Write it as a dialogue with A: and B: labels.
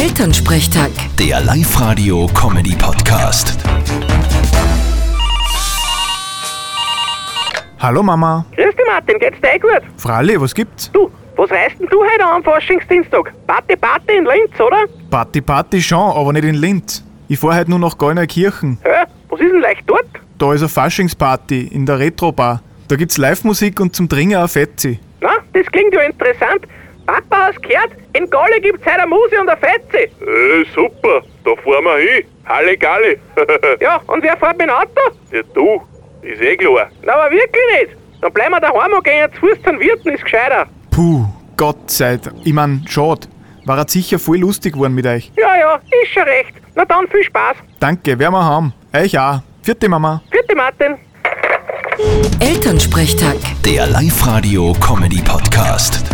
A: Elternsprechtag.
B: Der Live-Radio-Comedy-Podcast.
C: Hallo Mama.
D: Grüß dich, Martin, geht's dir eh gut?
C: Fralli, was gibt's?
D: Du, was reist denn du heute an am Faschingsdienstag? Party, Party in Linz, oder?
C: Party, Party schon, aber nicht in Linz. Ich fahr heute nur nach Gallnerkirchen.
D: Hä? Was ist denn leicht dort?
C: Da ist eine Faschingsparty in der Retro-Bar. Da gibt's Live-Musik und zum Trinken auch Fetzi.
D: Na, das klingt ja interessant. Papa, hast gehört? In Galle gibt's heute eine Muse und eine Fetze.
E: Äh, super, da fahren wir hin. Halligalli.
D: Ja, und wer fährt mit dem Auto?
E: ja, du, ist eh klar.
D: Na, aber wirklich nicht. Dann bleiben wir daheim und gehen zu Fuß zum Wirten, ist gescheiter.
C: Puh, Gott sei Dank. Ich mein, schade. War halt sicher voll lustig geworden mit euch.
D: Ja, ja, ist schon recht. Na dann, viel Spaß.
C: Danke, werden wir haben. Euch auch. Vierte Mama.
D: Vierte Martin.
A: Elternsprechtag.
B: Der Live-Radio-Comedy-Podcast.